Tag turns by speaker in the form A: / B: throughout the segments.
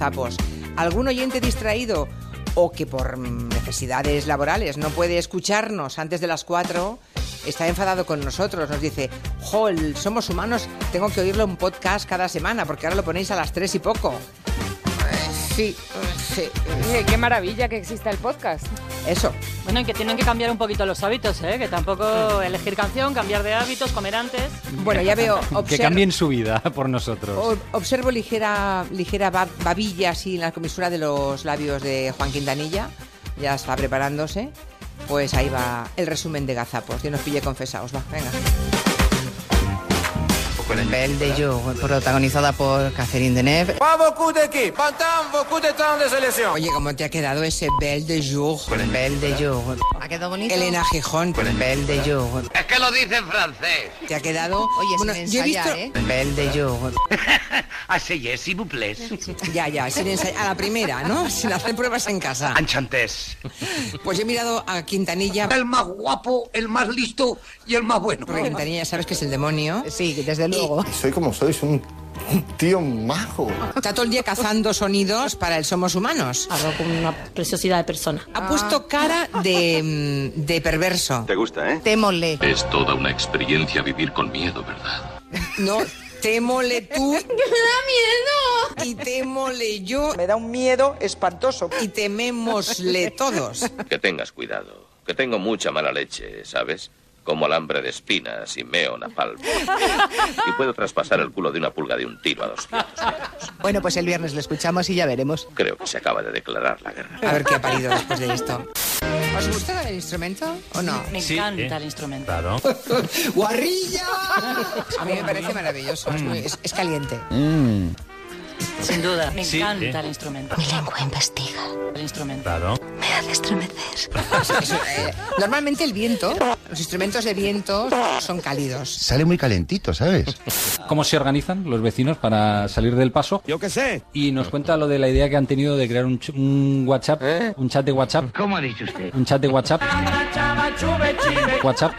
A: Tapos. ¿Algún oyente distraído o que por necesidades laborales no puede escucharnos antes de las 4? Está enfadado con nosotros, nos dice, Jol, somos humanos, tengo que oírlo un podcast cada semana porque ahora lo ponéis a las 3 y poco.
B: Sí, sí. Oye, qué maravilla que exista el podcast.
A: Eso.
C: Bueno, y que tienen que cambiar un poquito los hábitos, ¿eh? que tampoco elegir canción, cambiar de hábitos, comer antes.
A: Bueno, ya veo.
D: Que
A: observo-
D: cambien su vida por nosotros.
A: o- Observo ligera, ligera ba- babilla así en la comisura de los labios de Juan Quintanilla. Ya está preparándose. Pues ahí va el resumen de gazapos. Yo nos pille confesados. Va, venga.
B: Belle de You, protagonizada por Catherine Deneuve.
E: Pas beaucoup d'équipes, pas tant beaucoup de temps de sélection.
A: Oye, ¿cómo te ha quedado ese bel de jour?
B: Belle de You. ¿Ha quedado bonito?
A: Elena Gijón,
B: Belle de You.
F: Es que lo dice en francés.
A: te ha quedado.
B: Oye,
A: Bueno,
B: sin
A: yo he
B: ensayar,
A: visto-
B: ¿eh? Belle de You.
G: Ah,
F: Así es, si vous plaît.
A: Ya, ya, sin ensayar. A la primera, ¿no? Sin hacer pruebas en
F: Ah.
A: casa.
F: Enchantés.
A: Pues he mirado a Quintanilla.
G: El más guapo, el más listo y el más bueno.
A: Porque Quintanilla ya sabes que es el demonio.
B: Sí, desde luego.
H: Soy como soy, soy un, un tío majo.
A: Está todo el día cazando sonidos para el Somos Humanos.
C: Hablo con una preciosidad de persona.
A: Ha puesto cara de, mm, de perverso.
I: Te gusta, ¿eh?
B: Témosle.
J: Es toda una experiencia vivir con miedo, ¿verdad?
A: No, te mole tú. ¡Me da miedo! Y te mole yo.
E: Me da un miedo espantoso.
A: Y temémosle todos.
J: Que tengas cuidado, que tengo mucha mala leche, ¿sabes? Como alambre de espinas y meo napalm. Y puedo traspasar el culo de una pulga de un tiro a 200 metros.
B: Bueno, pues el viernes lo escuchamos y ya veremos.
J: Creo que se acaba de declarar la guerra.
A: A ver qué ha parido después de esto. ¿Os gusta el instrumento o no?
C: Me
D: Sí,
C: encanta
D: ¿eh?
C: el instrumento.
D: Claro.
B: ¡Guarrilla!
A: A mí me parece maravilloso. Es, muy- es- es caliente.
C: Sin duda. Me
D: Sí,
C: encanta
D: ¿eh?
C: el instrumento.
G: lengua investiga,
C: El instrumento.
D: Claro.
G: me hace estremecer.
A: Eso, eh, normalmente el viento, los instrumentos de viento son cálidos.
G: Sale muy calentito, ¿sabes?
D: ¿Cómo se organizan los vecinos para salir del paso?
E: Yo qué sé.
D: Y nos cuenta lo de la idea que han tenido de crear un, ch- un WhatsApp, un chat de WhatsApp,
F: ¿Cómo ha dicho usted?
D: un chat de WhatsApp, WhatsApp.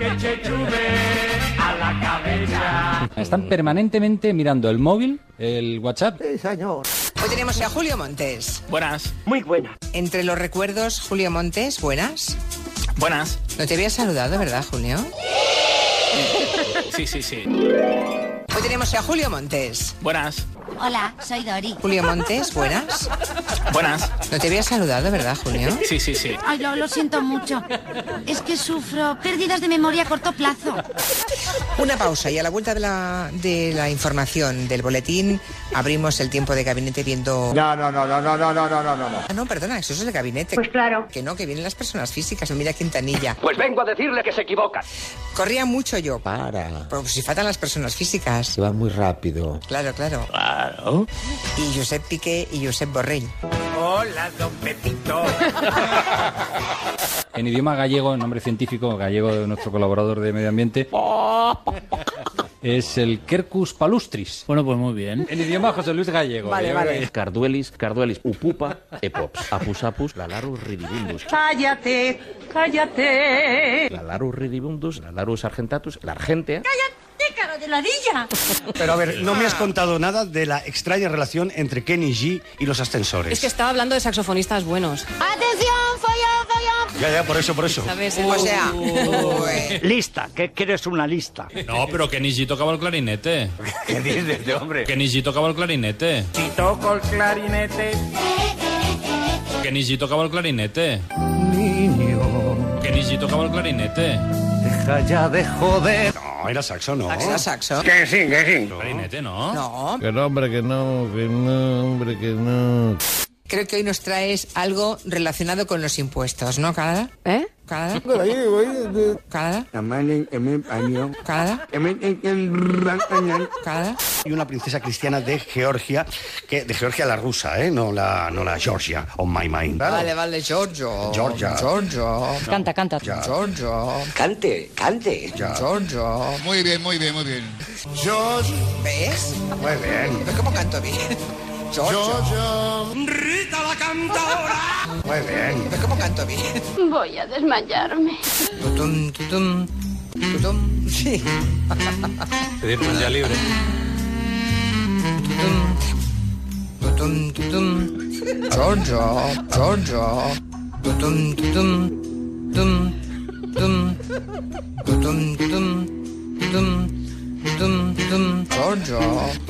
D: Están permanentemente mirando el móvil, el WhatsApp.
A: Hoy tenemos a Julio Montes.
K: Buenas. Muy buenas.
A: Entre los recuerdos, Julio Montes, buenas.
K: Buenas.
A: No te había saludado, ¿verdad, Julio?
K: Sí, sí, sí.
A: Hoy tenemos a Julio Montes.
K: Buenas.
G: Hola, soy Dori.
A: Julio Montes, buenas.
K: Buenas.
A: No te había saludado, ¿verdad, Julio?
K: Sí, sí, sí.
G: Ay, lo, lo siento mucho. Es que sufro pérdidas de memoria a corto plazo.
A: Una pausa y a la vuelta de la, de la información del boletín abrimos el tiempo de gabinete viendo...
E: No, no, no, no, no, no, no, no, no, no.
A: Ah, no, perdona, eso es el gabinete.
G: Pues claro.
A: Que no, que vienen las personas físicas. Mira Quintanilla.
F: Pues vengo a decirle que se equivoca.
A: Corría mucho yo.
E: Para.
A: Pero si faltan las personas físicas.
E: va muy rápido.
A: Claro, claro.
E: Claro.
A: Y Josep Piqué y Josep Borrell.
E: Hola, don Pepito.
D: En idioma gallego, en nombre científico gallego de nuestro colaborador de medio ambiente, es el Quercus palustris.
K: Bueno, pues muy bien.
D: En idioma José Luis Gallego.
A: Vale,
D: que yo
A: vale.
D: creo que-
F: Carduelis, Carduelis, Upupa, Epops, Apusapus, Lalarus ridibundus,
C: Cállate, cállate.
F: Lalarus ridibundus, Lalarus argentatus, la argentea.
C: Tícaro de ladilla.
G: Pero a ver, no me has contado nada de la extraña relación entre Kenny G y los ascensores.
C: estaba hablando de saxofonistas buenos.
G: ¡Atención, follón, follón!
E: Ya, ya, por eso, por eso.
C: ¿Sabes?
A: O sea, ué,
F: Lista, ¿qué quieres una lista?
D: No, pero Kenny G tocaba el clarinete.
F: ¿Qué dices, hombre?
D: Kenny G tocaba el clarinete.
E: Si toco el clarinete.
D: Kenny G tocaba el clarinete. Kenny G tocaba el clarinete.
G: Ya de joder.
E: No, era saxo, no.
A: ¿será saxo?
F: Que sí, que sí.
D: Clarinete, ¿no?
A: No.
H: Que no, hombre, que no, que no, hombre, que no.
A: Creo que hoy nos traes algo relacionado con los impuestos, ¿no, Canadá?
B: ¿Eh?
A: ¿Canadá? ¿Canadá? ¿Canadá? ¿Canadá?
G: Y una princesa cristiana de Georgia, que de Georgia la rusa, ¿eh? No la, no la Georgia, on my mind.
A: Vale, vale, Giorgio.
G: Georgia.
A: Giorgio.
C: Canta, canta.
A: Giorgio.
E: Cante, cante.
A: Giorgio.
G: Muy bien, muy bien, muy bien.
A: ¿Ves?
G: Muy bien,
A: ¿Ves cómo canto bien? Giorgio.
E: Rita la cantadora.
G: muy bien.
A: ¿Ves cómo canto bien?
G: Voy a desmayarme.
A: Tutum, tutum. Tutum. Sí.
D: Pedirnos ya libre.
A: Tutum. tutum, tutum. Giorgio, Giorgio. Tutum, tutum, tum, tum. Tutum, tutum, tum, tum, tum. Giorgio,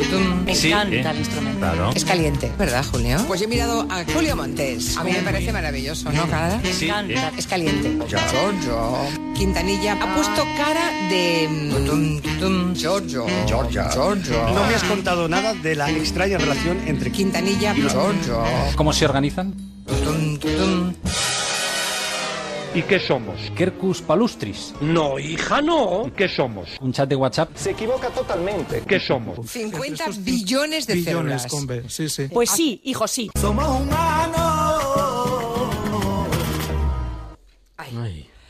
A: tum.
C: Me encanta
D: eh.
C: el instrumento.
A: Es caliente, ¿verdad, Julio? Pues he mirado a Julio Montes. A mí me parece maravilloso, ¿no, Cara?
C: Me encanta.
A: Es caliente. Giorgio. Quintanilla ha puesto cara de... mm, tum, tum. Giorgio.
G: Georgia. No me has contado nada de la extraña relación entre
A: Quintanilla.
G: Y los-
A: Giorgio.
D: ¿Cómo se organizan?
A: Tum, tum.
D: ¿Y qué somos? Quercus palustris. No, hija, no. ¿Qué somos? Un chat de WhatsApp. Se equivoca totalmente. ¿Qué somos?
A: 50 billones de células.
D: sí, sí.
C: Pues sí, hijo, sí.
E: Somos humanos.
A: Ay.